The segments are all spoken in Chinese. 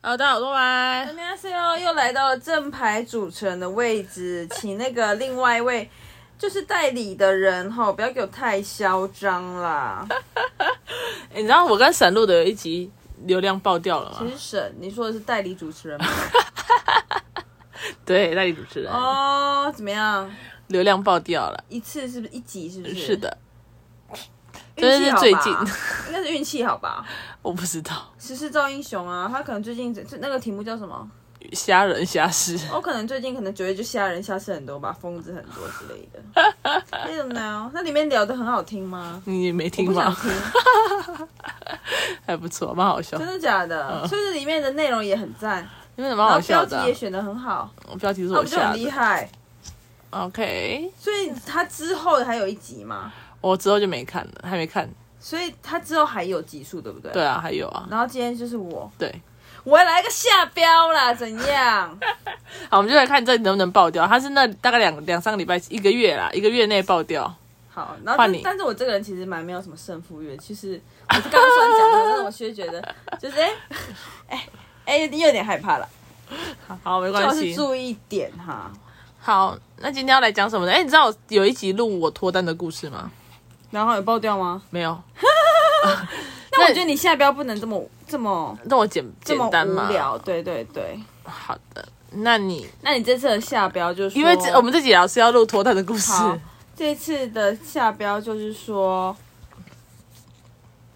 好的，我来 안녕하세요，又来到了正牌主持人的位 置，请那个另外一位就是代理的人哈，不要给我太嚣张啦。你知道我跟沈露的有一集流量爆掉了 其吗？实沈，你说的是代理主持人吗？ 对，代理主持人、哦，怎么样？流量爆掉了，一次是不是一集？是不是？是，的，运气这好吧是最近 应该是运气好吧？我不知道，时势造英雄啊，他可能最近这那个题目叫什么？瞎人瞎事。我可能最近可能九月就虾人虾事很多吧，疯子很多之类的。I don't know，那里面聊的很好听吗？你也没听不想吗？听， 还不错，蛮好笑真，的假 的？所以这里面的内容也很赞，因为蛮然好后标笑题的啊、也选的很好，啊标题是那我哦不就很下厉的。害？ OK，所以他之后还有一集嘛，我之后就没看了，还没看。所以他之后还有集数，对不对？对。啊，还有啊，然后今天就是我，对。我要来个下标 啦，怎样？好，我们就来看这能不能爆掉。它是那大概两两三个礼拜，一个月啦，一个月内爆掉。好，然后换但你但是我这个人其实蛮没有什么胜负欲的，其实我是刚刚虽然讲的，但是我却觉得就是哎哎哎有点害怕了，好，没最关好系是。注意点哈。好，那今天要来讲什么呢？哎、你知道我有一集录我脱单的故事吗？然后有爆掉吗？没 有，那我觉得你下标不能这么这么那我简这简么单无嘛。聊，对对对。好的，那你那你这次的下标就是说因为这哦我们这集老师要录脱单的故事，好这次的下标就是说，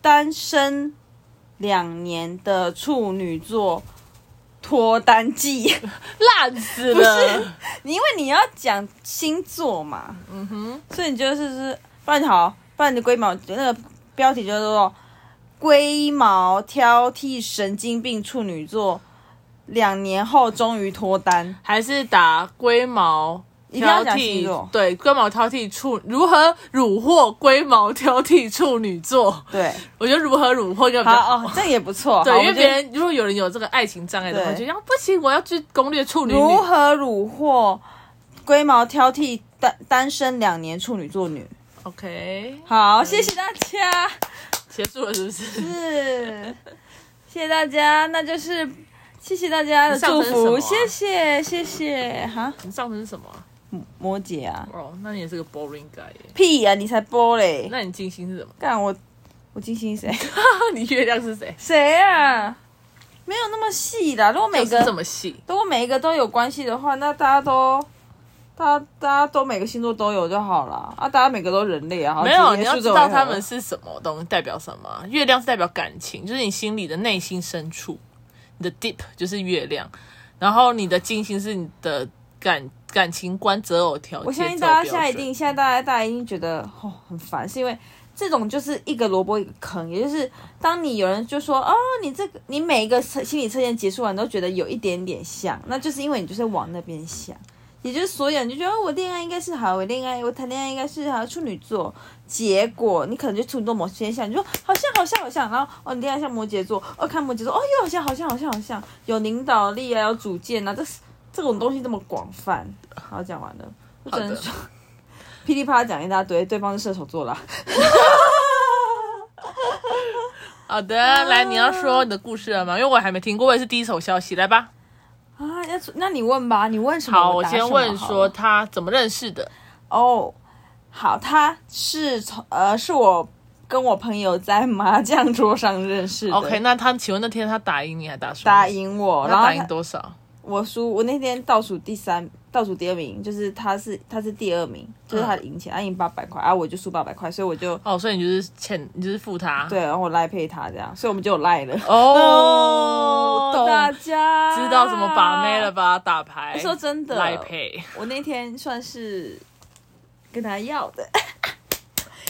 单身两年的处女座脱单记。烂死不了。 你因为你要讲星座嘛，嗯哼，所以你就是是，不然好，不然你的龟毛那个标题叫做“龟毛挑剔神经病处女座”，两年后终于脱单，还是打龟毛一定要挑讲星座剔，，对，龟毛挑剔处如何虏获龟毛挑剔处女座？对， 我觉得如何虏获一个比较好哦，这也不错，对，好因为我觉别得人如果有人有这个爱情障碍的话，对就要不行，我要去攻略处女如女。何虏获龟毛挑剔单单身两年处女座女？ OK，好，谢谢大家。结束了是不 是？是，谢谢大家，那就是谢谢大家的你上祝升什么福，啊谢谢谢谢哈，你上身是什么啊？摩羯啊，哦，那你也是个 boring guy 耶。屁啊，你才播嘞，那你金星是什么？ 干我我金星谁 你月亮是谁？谁啊？没有那么细的，如果每就是个这么细。如果每一个都有关系的话，那大家都。大家大家都每个星座都有就好了啊！大家每个都人类啊，好没有，直接你要数知着道为何他们是什么东西代表什么。啊月亮是代表感情，就是你心里的内心深处，你的 deep 就是月亮，然后你的金星是你的感感情观择偶条件。我相信大家现在择偶标一准定，现在大家大家一定觉得哦很烦，是因为这种就是一个萝卜一个坑，也就是当你有人就说哦，你这个你每一个测心理测验结束完都觉得有一点点像，那就是因为你就是往那边想，也就是所有人就觉得、哦我恋爱应该是好，我恋爱我谈恋爱应该是好处女座，结果你可能就处女座某些像，你就说好像好像好像，然后哦你恋爱像摩羯座，哦看摩羯座哦又好像好像好像好像有领导力啊，有主见啊，这是这种东西这么广泛，好讲完了。我只能好的说，噼里啪啦讲一大堆，对方是射手座啦。好的，来，你要说你的故事了吗？因为我还没听过，我也是第一手消息。来吧，啊，要那你问吧，你问什么？好，我答什先么问好说了他怎么认识的？哦，好，他是从呃，是我跟我朋友在麻将桌上认识的。 OK，那他请问那天他打赢你还打输你？打赢我，他然后打赢他多少？我输，我那天倒数第三，倒数第二名，就是他是他是第二名，就是他赢钱，他赢八百块，啊，我就输八百块，所以我就哦，所以你就是欠，你就是付他。对，然后我赖配他这样，所以我们就有赖了。哦，懂，大家知道怎么把妹了吧？打牌。说真的来配，我那天算是跟他要的，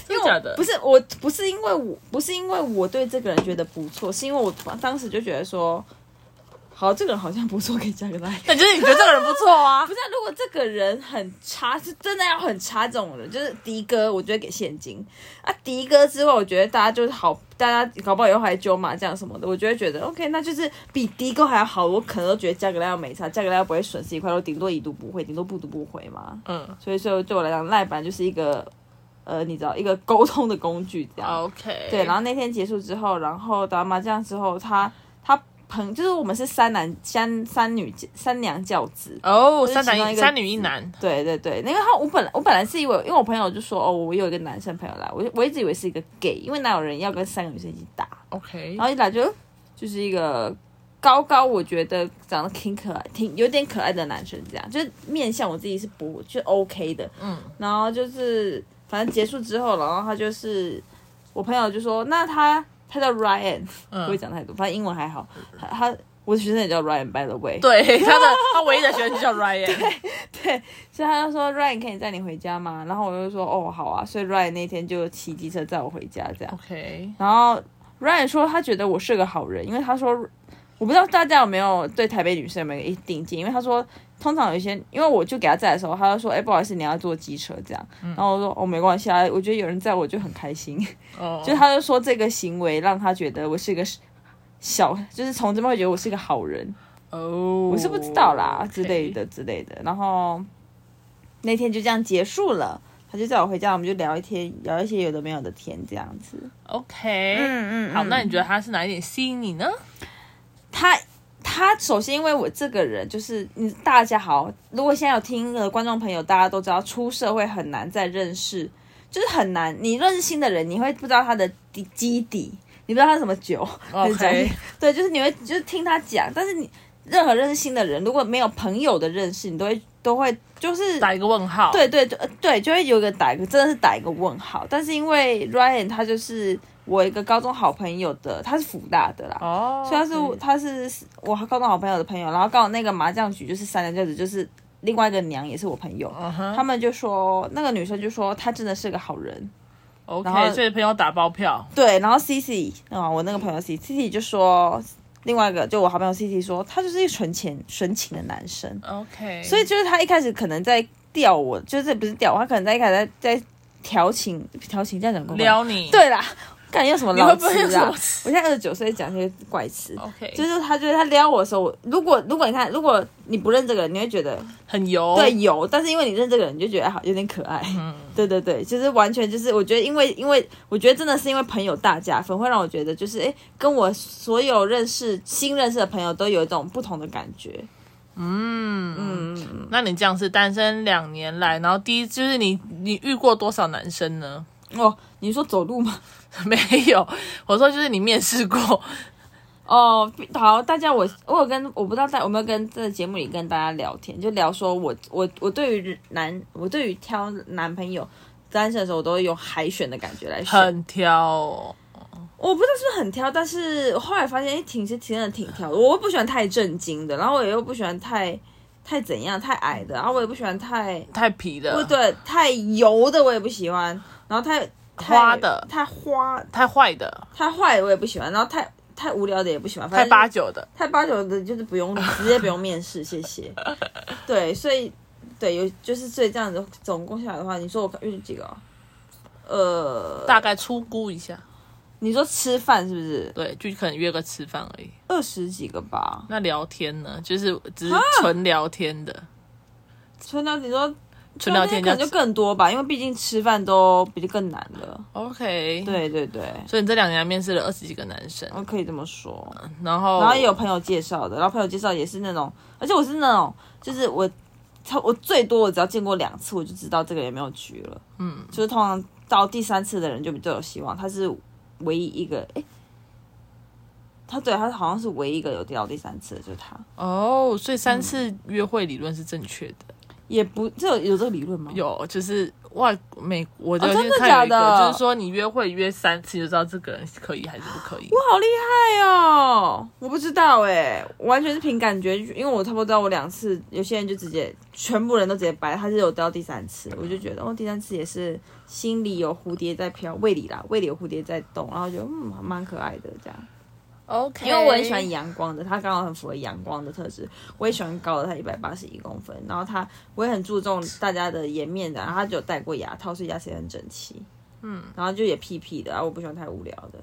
真的我假的？不是我不是因为我不是因为我对这个人觉得不错，是因为我当时就觉得说，好，这个人好像不错，可以加个 like。那就是你觉得这个人不错啊 不是啊、如果这个人很差，是真的要很差这种人，就是迪哥，我觉得给现金啊。迪哥之外，我觉得大家就是好，大家搞不好以后还揪麻将什么的，我就会觉得 OK，那就是比迪哥还要好。我可能都觉得价格量没差，价格量不会损失一块肉，顶多已读不回，顶多不读不回嘛。嗯所以，所以对我来讲，赖板就是一个，呃，你知道，一个沟通的工具这样。哦，OK。对，然后那天结束之后，然后打麻将之后，他他朋，就是我们是三男三三女三娘教子。哦，是三其中男一一个三女一男，对对对，因为他我本来我本来是以为，因为我朋友就说哦，我有一个男生朋友来，我就我一直以为是一个 gay，因为哪有人要跟三个女生一起打？嗯 OK，然后一来就就是一个高高，我觉得长得挺可爱，挺有点可爱的男生，这样就是面相我自己是不就 OK 的，嗯，然后就是反正结束之后，然后他就是我朋友就说，那他他叫 Ryan，不会嗯，讲太多，反正英文还好，他他我的学生也叫 Ryan，by the way，对，他的他唯一的学生就叫 Ryan，所以他就说 Ryan 可以载你回家吗？然后我就说哦好啊，所以 Ryan 那天就骑机车载我回家这样。 OK，然后 Ryan 说他觉得我是个好人，因为他说我不知道大家有没有对台北女生有没有一定见，因为他说通常有一些，因为我就给他载的时候，他就说哎、不好意思你要坐机车这样，然后我说哦没关系啊，我觉得有人载我就很开心，哦，就他就说这个行为让他觉得我是个小，就是从这边会觉得我是个好人，哦，我是不知道啦、 OK 之类的之类的。然后那天就这样结束了，他就载我回家，我们就聊一天，聊一些有的没有的天这样子。 ，OK，嗯嗯好，那你觉得他是哪一点吸引你呢？他他首先因为我这个人就是你大家好，如果现在有听的观众朋友，大家都知道出社会很难再认识，就是很难你认识新的人，你会不知道他的底基底，你不知道他是什么酒 OK 很专业对，就是你会就是听他讲，但是你任何认识新的人，如果没有朋友的认识，你都会都会就是打一个问号，，对对对呃对，就会有一个打一个，真的是打一个问号。但是因为 Ryan 他就是我一个高中好朋友的，他是福大的啦，哦，虽然是我他是我高中好朋友的朋友，然后刚好那个麻将局就是三娘教子，就是另外一个娘也是我朋友，嗯哼他们就说那个女生就说她真的是个好人，然，OK，后所以朋友打包票，对，然后 C C 啊，我那个朋友 C C 就说另外一个就我好朋友 C C 说他就是一个纯情纯情的男生， OK，所以就是他一开始可能在吊我，就是不是吊我，他可能在一开始在在调情调情这样讲过吗，撩你，对啦，感觉有什么你会老不会有哦词什啊么？词我现在二十九岁讲这些怪词。 ，OK，就是他，就是他撩我的时候，我如果如果你看，如果你不认这个人，你会觉得很油，对有，但是因为你认这个人，你就觉得好有点可爱。嗯对对对，就是完全就是，我觉得因为因为我觉得真的是因为朋友大加分，会让我觉得就是哎，诶跟我所有认识新认识的朋友都有一种不同的感觉。嗯嗯，那你这样是单身两年来，然后第一就是你你遇过多少男生呢？ 哦，你说走路吗？没有，我说就是你面试过，哦，好，大家我我有跟我不知道在有没有跟在节目里跟大家聊天，就聊说我我我对于男我对于挑男朋友单身的时候，我都有海选的感觉来选。很挑、哦，我不知道是不是很挑，但是后来发现，哎、挺是挺的挺挑的。我又不喜欢太震惊的，然后我又不喜欢太太怎样太矮的，然后我也不喜欢太太皮不了，对太油的，我也不喜欢，然后太太花的太花太坏的，太坏的我也不喜欢，然后太太无聊的也不喜欢，反太正八九的，太八九的就是不用，直接不用面试，谢谢。对，所以对有就是所以这样子总共下来的话，你说我遇几个啊？呃，大概粗估一下，你说吃饭是不是对，就可能约个吃饭而已。二十几个吧？那聊天呢，就是只啊是纯聊天的，纯聊你说纯聊天可叫能就更多吧，因为毕竟吃饭都比更难了。 OK。对对对，所以你这两年面试了二十几个男生，我可以这么说。然后哦然后也有朋友介绍的，然后朋友介绍也是那种，而且我是那种，就是我超我最多我只要见过两次，我就知道这个人有没有局了。嗯，就是通常到第三次的人就比较有希望，他是唯一一个，诶，他对他好像是唯一一个有掉到第三次的，就是他。哦，所以三嗯次约会理论是正确的。也不这有有这个理论吗？有，就是外美，我就哦真的去看有一个假的就是说你约会约三次就知道这个人可以还是不可以。我好厉害哦！我不知道哎、我完全是凭感觉，因为我差不多知道我两次，有些人就直接全部人都直接掰，他是有到第三次，我就觉得哦，第三次也是心里有蝴蝶在飘，胃里啦，胃里有蝴蝶在动，然后就嗯，蛮可爱的这样。 OK，因为我很喜欢阳光的，他刚好很符合阳光的特质。我也喜欢高的，他一百八十一公分，然后他我也很注重大家的颜面的，然后他就有戴过牙套，所以牙齿也很整齐。嗯，然后就也屁屁的，啊然后我不喜欢太无聊的。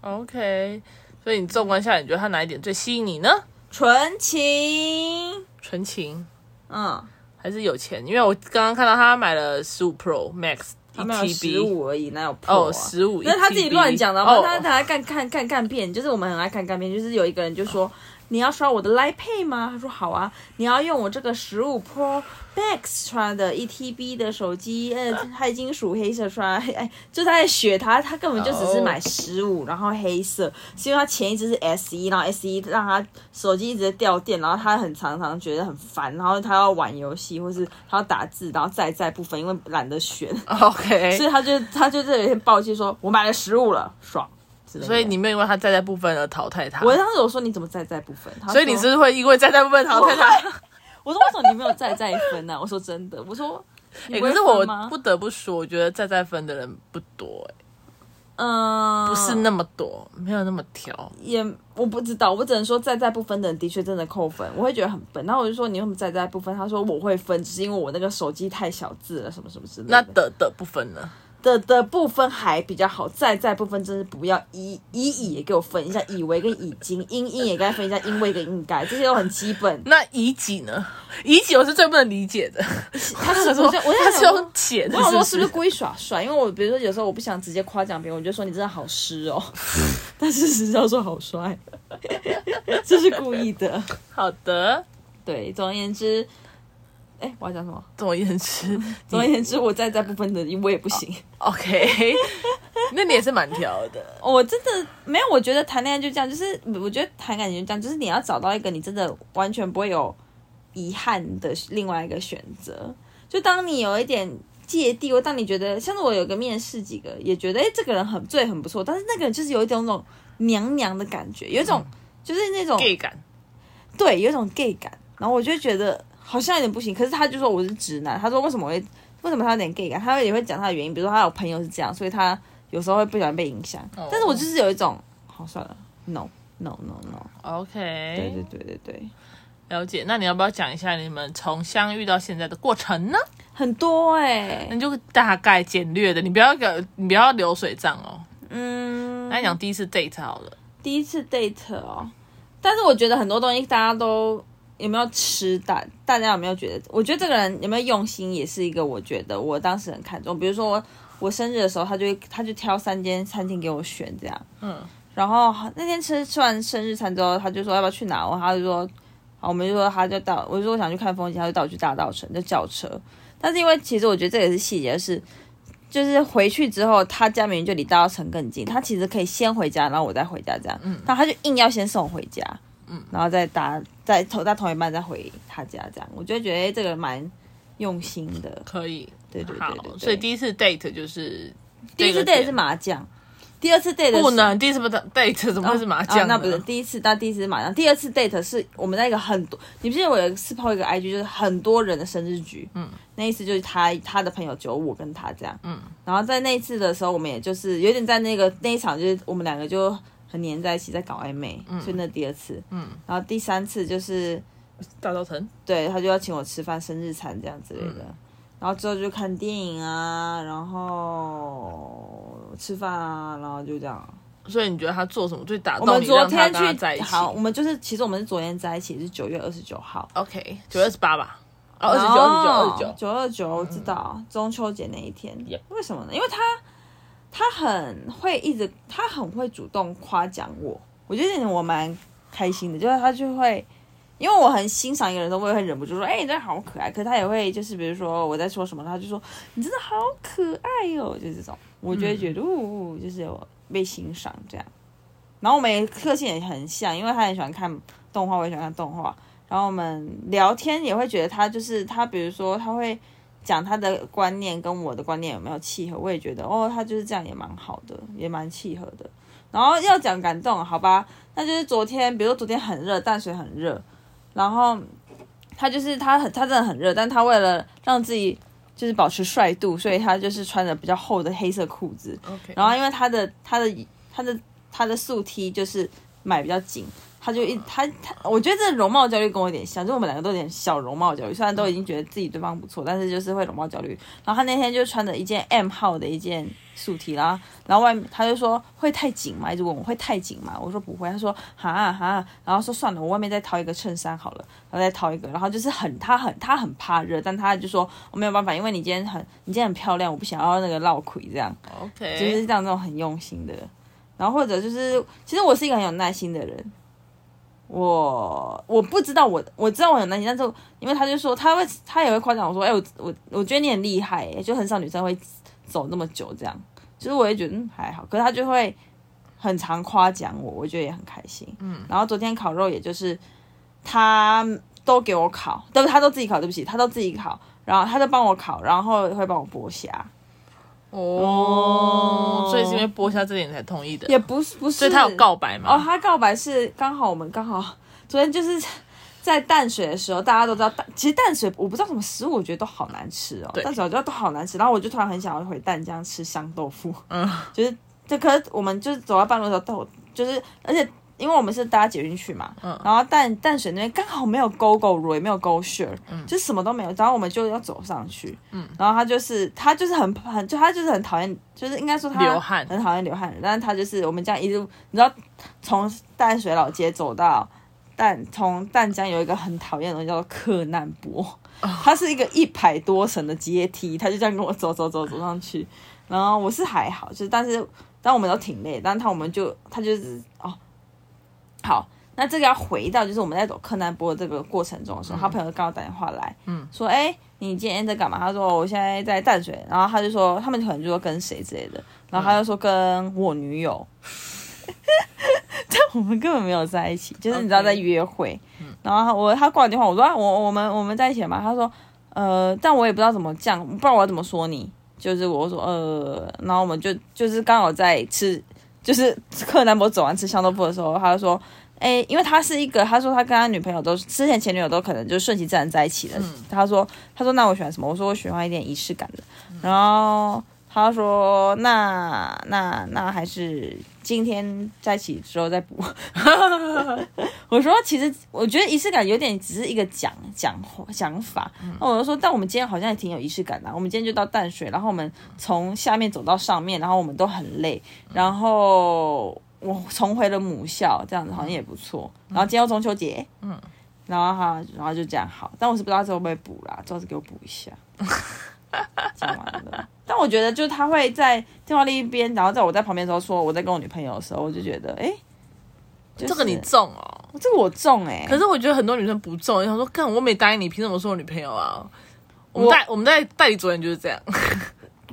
OK，所以你纵观下来，你觉得他哪一点最吸引你呢？纯情，纯情嗯，还是有钱？因为我刚刚看到他买了十五 Pro Max 他们有 TB 十五而已，哪有破、啊？哦，十五，那是他自己乱讲的，然后哦，他他还看看看看片，就是我们很爱看看片，就是有一个人就说。你要刷我的 Line Pay 吗？他说好啊。你要用我这个十五 Pro Max 刷的 1TB 的手机，呃，钛金属黑色刷，哎，就他在学他，他根本就只是买十五，然后黑色，是因为他前一只是 S 一，然后 S 一让他手机一直在掉电，然后他很常常觉得很烦，然后他要玩游戏或是他要打字，然后再再不分，因为懒得选。所 OK。以他就他就这有一天抱歉说，我买了食物了，爽。之类的所以你没有因为他在在部分而淘汰他，我当时我说你怎么在在不分？他所以你说是不是会因为在在部分淘汰他。我说为什么你没有在在分呢、我说真的，我说 你欸不会可是我分吗不得不说，我觉得在在分的人不多、欸，嗯，不是那么多，没有那么挑。也我不知道，我只能说在在不分的人的确真的扣分，我会觉得很笨。然后我就说你为什么在在不分？他说我会分，只是因为我那个手机太小字了，什么什么之类的。那的的部分呢？的的部分还比较好，在在部分真是不要以以以也给我分一下，以为跟已经，因因也该分一下，因为跟应该，这些都很基本。那乙己呢？ 乙己我是最不能理解的。他是说我在我在 他是想说用写的 我想是说不是是不是故意耍帅？因为我比如说有时候我不想直接夸奖别人，我就说你真的好湿哦，但是实际上说好帅， 这是故意的。好的，对，总而言之，哎，我要讲什么？总而言 之，总而言之，我在在部分的我也不行， OK，那 你也是蛮挑的。我真的没有。我觉得谈恋爱就这样，就是我觉得谈感情就这样，就是你要找到一个你真的完全不会有遗憾的另外一个选择。就当你有一点芥蒂，或当你觉得，像是我有个面试几个，也觉得哎、诶这个人很最很不错，但是那个人就是有一种那种娘娘的感觉，有一种、就是那种 gay 感，对，有一种 gay 感。然后我就觉得好像有点不行，可是他就说我是直男，他说为什么我会为什么他有点 gay 感，他也会讲他的原因，比如说他有朋友是这样，所以他有时候会不小心被影响。哦但是我就是有一种，好算了，no no no no， OK，对对对对对，了解。那你要不要讲一下你们从相遇到现在的过程呢？很多哎、那你就大概简略的，你不要给，你不要流水账哦。嗯，那你讲第一次 date 好了，第一次 date 哦，但是我觉得很多东西大家都有没有吃大，大家有没有觉得？我觉得这个人有没有用心，也是一个我觉得我当时很看重。比如说我我生日的时候，他就会他就挑三间餐厅给我选这样，嗯，然后那天吃吃完生日餐之后，他就说要不要去哪？我他就说，好，我们就说他就到，我就说我想去看风景，他就带我去大稻城，就叫车。但是因为其实我觉得这也是细节，是就是回去之后，他家明明就离大稻城更近，他其实可以先回家，然后我再回家这样。嗯，但他就硬要先送我回家，嗯，然后再搭再同搭同一班再回他家这样，我就会觉得、哎诶这个蛮用心的。可以。对对对好对对，所以第一次 date 就是第一次 date 是麻将，第二次 date 不是能，第一次不 date 怎么会是麻啊将呢、那不是第一次，但第一次是麻将，第二次 date 是我们那个很多，你不记得我有一次抛一个 IG，就是很多人的生日局，嗯，那一次就是他他的朋友酒，我跟他这样，嗯，然后在那一次的时候，我们也就是有点在那个那一场，就是我们两个就很黏在一起，在搞暧昧，所以那第二次，嗯，然后第三次就是大稻城对他就要请我吃饭，生日餐这样之类的。然后之后就看电影啊，然后吃饭啊，然后就这样。所以你觉得他做什么最打我动们你，昨让他天跟他在一去起？好，我们就是其实我们是昨天在一起，是九月二十九号， ，OK，九二十八吧，哦，二十九，嗯二十九，九二九，我知道中秋节那一天 Yep，为什么呢？因为他他很会一直，他很会主动夸奖我，我觉得我蛮开心的，就是他就会。因为我很欣赏一个人，我也会忍不住说：“哎、你真的好可爱。”可是他也会就是，比如说我在说什么，他就说：“你真的好可爱哟、就是这种，我就会觉得，呜、就是有被欣赏这样。然后我们也个性也很像，因为他很喜欢看动画，我也喜欢看动画。然后我们聊天也会觉得他就是他，比如说他会讲他的观念跟我的观念有没有契合，我也觉得哦，他就是这样也蛮好的，也蛮契合的。然后要讲感动，好吧，那就是昨天，比如说昨天很热，淡水很热，然后他就是他很他真的很热，但他为了让自己就是保持帅度，所以他就是穿着比较厚的黑色裤子， ，OK，然后因为他的他的他的他的素 T 就是买比较紧，他就一他他，我觉得这容貌焦虑跟我有点像，就我们两个都有点小容貌焦虑，虽然都已经觉得自己对方不错，但是就是会容貌焦虑。然后他那天就穿着一件 M 号的一件素 T 啦，然后外面他就说会太紧吗？一直问我会太紧吗？我说不会，他说哈哈，然后说算了，我外面再掏一个衬衫好了，然后再掏一个，然后就是很他很他很怕热，但他就说我没有办法，因为你今天很你今天很漂亮，我不想要那个落魁这样。 OK，就是像这种很用心的，然后或者就是，其实我是一个很有耐心的人。我我不知道我我知道我很耐心，但是因为他就说他会他也会夸奖我说，哎、我我我觉得你很厉害、哎，就很少女生会走那么久这样。就是我也觉得嗯还好，可是他就会很常夸奖我，我觉得也很开心。嗯，然后昨天烤肉也就是他都给我烤，对不他都自己烤，对不起，他都自己烤，然后他就帮我烤，然后会帮我剥虾，哦，所以是因为剥虾这点你才同意的，也不是不是，所以他有告白哦，嘛？他告白是刚好我们刚好昨天就是在淡水的时候，大家都知道淡，其实淡水我不知道什么食物，我觉得都好难吃哦。对淡水我觉得都好难吃，然后我就突然很想要回淡江吃香豆腐，嗯，就是这可是我们就是走到半路的时候，豆就是而且。因为我们是搭捷运去嘛，嗯然后淡淡水那边刚好没有 GO GO 乳，也没有 GO Share，、就嗯什么都没有，然后我们就要走上去，嗯，然后他就是他就是很很就他就是很讨厌，就是应该说他流汗很讨厌流汗人，但是他就是我们这样一路，你知道从淡水老街走到淡，从淡江有一个很讨厌的东西叫做克难坡，哦它是一个一排多层的阶梯，他就这样跟我走走走走上去，然后我是还好，就是但是但我们都挺累，但他我们就他就是哦，好，那这个要回到就是我们在走克南坡这个过程中的时候，他朋友刚好打电话来，嗯，说哎、你今天在干嘛？他说我现在在淡水，然后他就说他们可能就说跟谁之类的，然后他就说跟我女友， 但我们根本没有在一起，就是你知道 OK 在约会然后我他挂完电话，我说、啊、我我们我们在一起了吗？他说呃，但我也不知道怎么这样，不知道我要怎么说你。就是我说呃，然后我们就就是刚好在吃，就是柯南伯走完吃香豆腐的时候，他就说，哎、因为他是一个，他说他跟他女朋友都是之前前女友都可能就顺其自然在一起的。他说他说那我喜欢什么？我说我喜欢一点仪式感的。然后他说那那那还是今天在一起之后再补。我说其实我觉得仪式感有点只是一个讲讲讲法。嗯那我就说，但我们今天好像也挺有仪式感的啊、我们今天就到淡水，然后我们从下面走到上面，然后我们都很累，然后我重回了母校，这样子好像也不错。然后今天又中秋节，嗯，然后哈，然后就这样好，但我是不知道之后会不会补啦，最好是给我补一 下。讲完了，但我觉得就是他会在电话另一边，然后在我在旁边的时候说我在跟我女朋友的时候，我就觉得哎、诶就是这个你中哦。这个我中哎、可是我觉得很多女生不中，想说，干我没答应你，凭什么说我女朋友啊？我们我代我们代代理主任就是这样，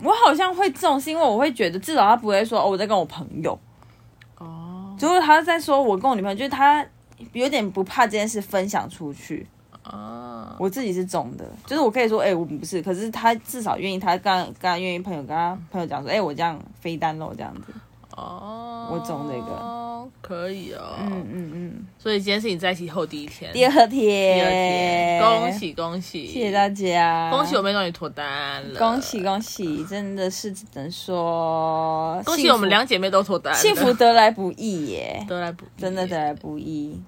我好像会中，是因为我会觉得至少他不会说哦我在跟我朋友，哦，就是他在说我跟我女朋友，就是他有点不怕这件事分享出去。啊，我自己是中的，就是我可以说，哎、我们不是，可是他至少愿意，他刚刚刚愿意朋友跟他朋友讲说，哎、我这样飞单喽，这样子，哦，我中这个，可以哦，嗯嗯嗯。所以今天是你在一起后第一天，第二第天，二天，恭，喜恭喜，谢谢大家，恭喜我妹终于脱单了，恭喜恭喜，真的是只能说恭喜幸福我们两姐妹都脱单了，幸 福得来不易耶，得来不易真的得来不易。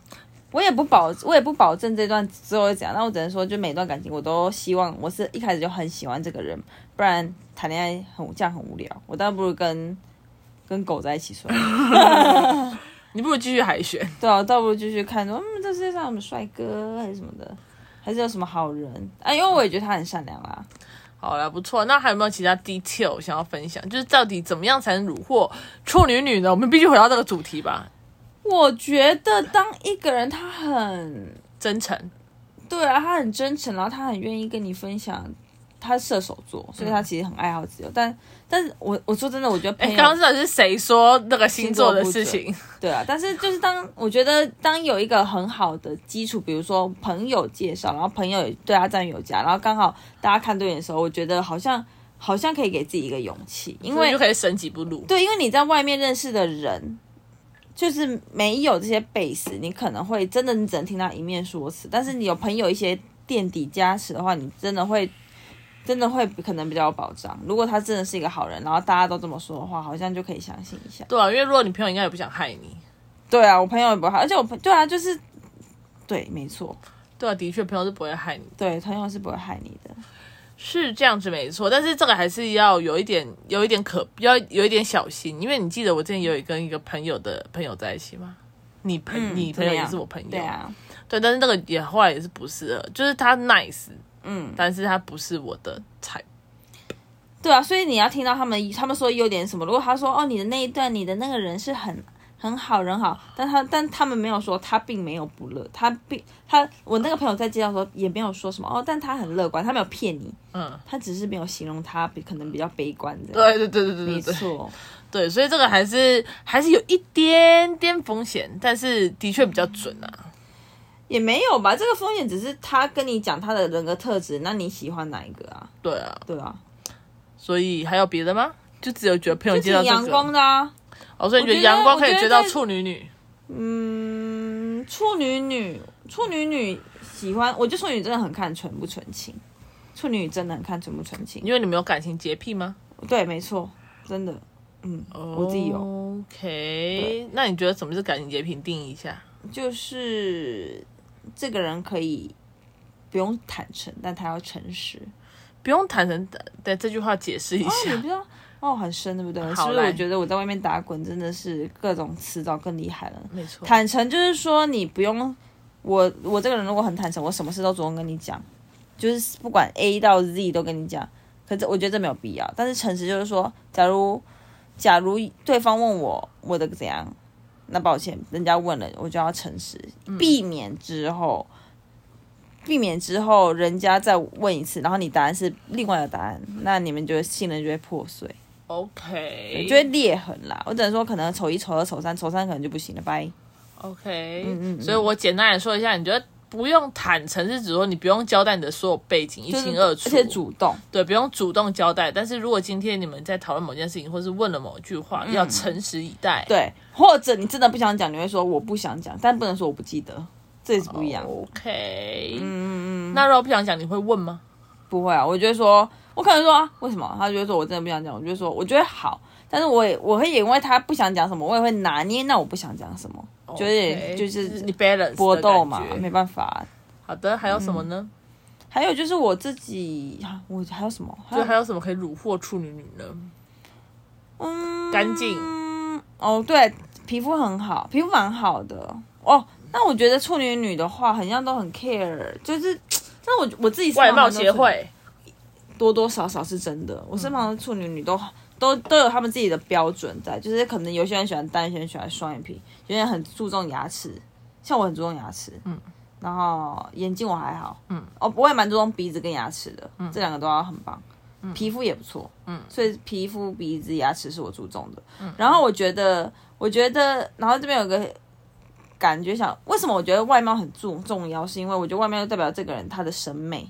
我也不保，我也不保证这段之后会怎样，但我只能说，就每段感情我都希望我是一开始就很喜欢这个人，不然谈恋爱很这样很无聊。我倒不如跟跟狗在一起算了，你不如继续海选，对啊，倒不如继续看说，嗯，这世界上有什么帅哥还是什么的，还是有什么好人啊？因为我也觉得他很善良啊啦。好啦，不错。那还有没有其他 detail 想要分享？就是到底怎么样才能虏获处女女呢？我们必须回到这个主题吧，我觉得当一个人他很真诚。对啊，他很真诚，然后他很愿意跟你分享。他是射手座，所以他其实很爱好自由。但，但是我我说真的，我觉嗯得哎、朋友、刚刚到底是谁说那个星座的事星情？对啊，但是就是当我觉得当有一个很好的基础，比如说朋友介绍，然后朋友也对他赞誉有加，然后刚好大家看对眼的时候，我觉得好像好像可以给自己一个勇气，因所以为就可以省几步路。对，因为你在外面认识的人，就是没有这些 base，你可能会真的你只能听他一面说辞，但是你有朋友一些垫底加持的话，你真的会真的会可能比较有保障。如果他真的是一个好人，然后大家都这么说的话，好像就可以相信一下。对啊，因为如果你朋友应该也不想害你，对啊，我朋友也不好，而且我朋对啊，就是对，没错，对啊，的确，朋友是不会害你，对，朋友是不会害你的。是这样子没错。但是这个还是要有一点，有一点可要有一点小心，因为你记得我之前也有跟一个朋友的朋友在一起吗？你朋、嗯你怎朋么友也样是我朋友，对啊，对，但是那个也后来也是不适合，就是他 nice，嗯，但是他不是我的菜。对啊，所以你要听到他们他们说优点是什么。如果他说哦，你的那一段，你的那个人是很很好人好，但他但他们没有说他并没有不乐，他并他我那个朋友在介绍的时候也没有说什么哦，但他很乐观，他没有骗你，嗯，他只是没有形容他比可能比较悲观这样。对对对对对对没对。错，对，所以这个还是还是有一点点风险，但是的确比较准啊。也没有吧，这个风险只是他跟你讲他的人格特质，那你喜欢哪一个啊？对啊，对啊，所以还有别的吗？就只有觉得朋友就介挺绍这阳光个，的啊，哦，所以你觉得我觉得阳光可以我觉追得到在处女女？嗯，处女女，处女女喜欢，我觉得处女女真的很看纯不纯情，处女女真的很看纯不纯情。因为你们有感情洁癖吗？对，没错，真的，嗯，我自己有， OK，那你觉得什么是感情洁癖？你定义一下。就是这个人可以不用坦诚，但他要诚实。不用坦诚的对这句话解释一哦，你下不。知道哦，很深，对不对？是好不是？我来觉得我在外面打滚真的是各种词藻更厉害了。没错，坦诚就是说，你不用我我这个人如果很坦诚，我什么事都主动跟你讲，就是不管 A 到 Z 都跟你讲。可是我觉得这没有必要。但是诚实就是说，假如假如对方问我我的怎样，那抱歉，人家问了，我就要诚实，避免之后。避免之后，人家再问一次，然后你答案是另外的答案，那你们就会信任就会破碎， OK，就会裂痕啦。我只能说，可能丑一、丑二、丑三，丑三可能就不行了，拜。 OK，嗯嗯所以我简单来说一下，你觉得不用坦诚是指说你不用交代你的所有背景，一就是清二楚，而且主动。对，不用主动交代。但是如果今天你们在讨论某件事情，或是问了某句话，要诚实以待。嗯对，或者你真的不想讲，你会说我不想讲，但不能说我不记得，这也是不一样。哦 OK，嗯嗯嗯。那如果不想讲，你会问吗？不会啊，我就会说，我可能说啊，为什么？他就会说我真的不想讲，我就会说我觉得好，但是我也我会也因为他不想讲什么，我也会拿捏，那我不想讲什么，就有点 OK，就是你 balance 搏斗嘛的感，觉没办法啊、好的，还有什么呢？还有就是我自己，啊我还有什么？还就有还有什么可以虏获处女女呢？嗯，干净嗯，哦，对，皮肤很好，皮肤蛮好的哦。那我觉得处女女的话，很像都很 care，就是，但我我自己身外旁貌很多协处会多多少少是真的。我身旁的处女女都都都有他们自己的标准在，就是可能有些人喜欢单眼皮，有些人喜欢双眼皮，有些人很注重牙齿，像我很注重牙齿，嗯，然后眼睛我还好，嗯，哦，我也蛮注重鼻子跟牙齿的，嗯，这两个都要很棒。皮肤也不错，嗯，所以皮肤、鼻子、牙齿是我注重的。嗯、然后我觉得，我觉得，然后这边有个感觉想，为什么我觉得外貌很重重要？是因为我觉得外貌就代表这个人他的审美，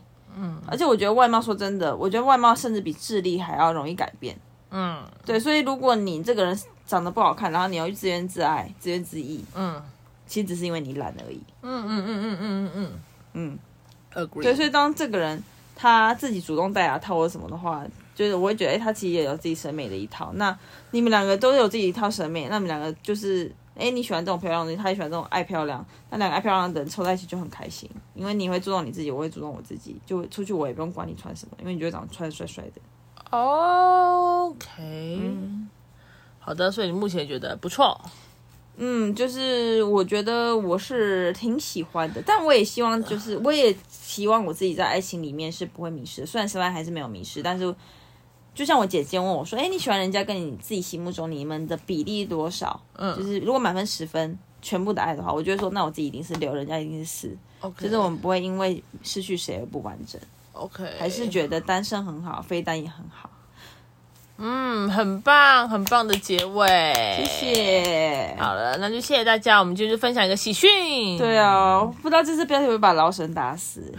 而且我觉得外貌，说真的，我觉得外貌甚至比智力还要容易改变。嗯对，所以如果你这个人长得不好看，然后你要去自怨自艾、自怨自艾，嗯其实只是因为你懒而已。嗯嗯嗯嗯嗯嗯嗯嗯，agree。对，所以当这个人他自己主动戴牙套或什么的话，就是我会觉得，哎、他其实也有自己审美的一套。那你们两个都有自己一套审美，那你们两个就是，哎、你喜欢这种漂亮的东西，他也喜欢这种爱漂亮，那两个爱漂亮的人凑在一起就很开心，因为你会注重你自己，我会注重我自己，就出去我也不用管你穿什么，因为你就会长得穿得帅帅的。 OK，、好嗯的，所以你目前觉得不错，嗯，就是我觉得我是挺喜欢的，但我也希望，就是我也希望我自己在爱情里面是不会迷失的。虽然现在还是没有迷失，但是就像我姐姐问我说：“哎、你喜欢人家跟你自己心目中你们的比例多少？”嗯就是如果满分十分，全部的爱的话，我就会说：“那我自己一定是六，人家一定是四。” ，OK，就是我们不会因为失去谁而不完整， OK，还是觉得单身很好，非单也很好。嗯，很棒，很棒的结尾，谢。谢。好了，那就谢谢大家，我们今天就分享一个喜讯。对啊，不知道这次标题会不会把老沈打 死。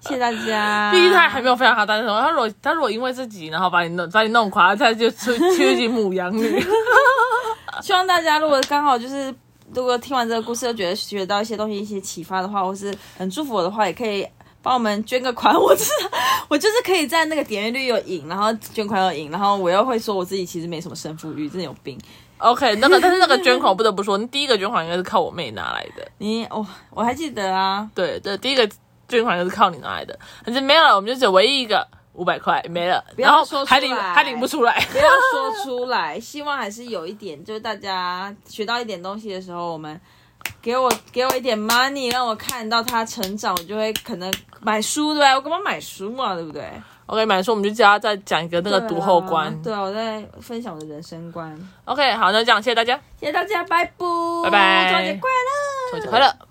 谢谢大家。毕竟他还没有分享他单身生活，他如果他如果因为自己然后把你弄把你弄垮，他就出去进母羊 女。希望大家如果刚好就是如果听完这个故事又觉得学到一些东西、一些启发的话，或是很祝福我的话，也可以帮我们捐个款。 我知道，我就是可以在那个点阅率有赢，然后捐款有赢，然后我又会说我自己其实没什么胜负欲，真的有病。 OK，那个但是那个捐款我不得不说，第一个捐款应该是靠我妹拿来的，你哦，我还记得啊，对对，第一个捐款就是靠你拿来的，反正没有了，我们就只有唯一一个五百块没了，要然后说出还领来还领不出来。不要说出来，希望还是有一点，就是大家学到一点东西的时候，我们给我给我一点 money，让我看到他成长，我就会可能买书，对不对？我干嘛买书嘛，对不对？ OK，满说我们就叫他再讲一个那个读后观。对啊，我在分享我的人生观， OK，好，那就这样，谢谢大家，谢谢大家，拜拜，拜拜中秋节快乐，中秋节快乐。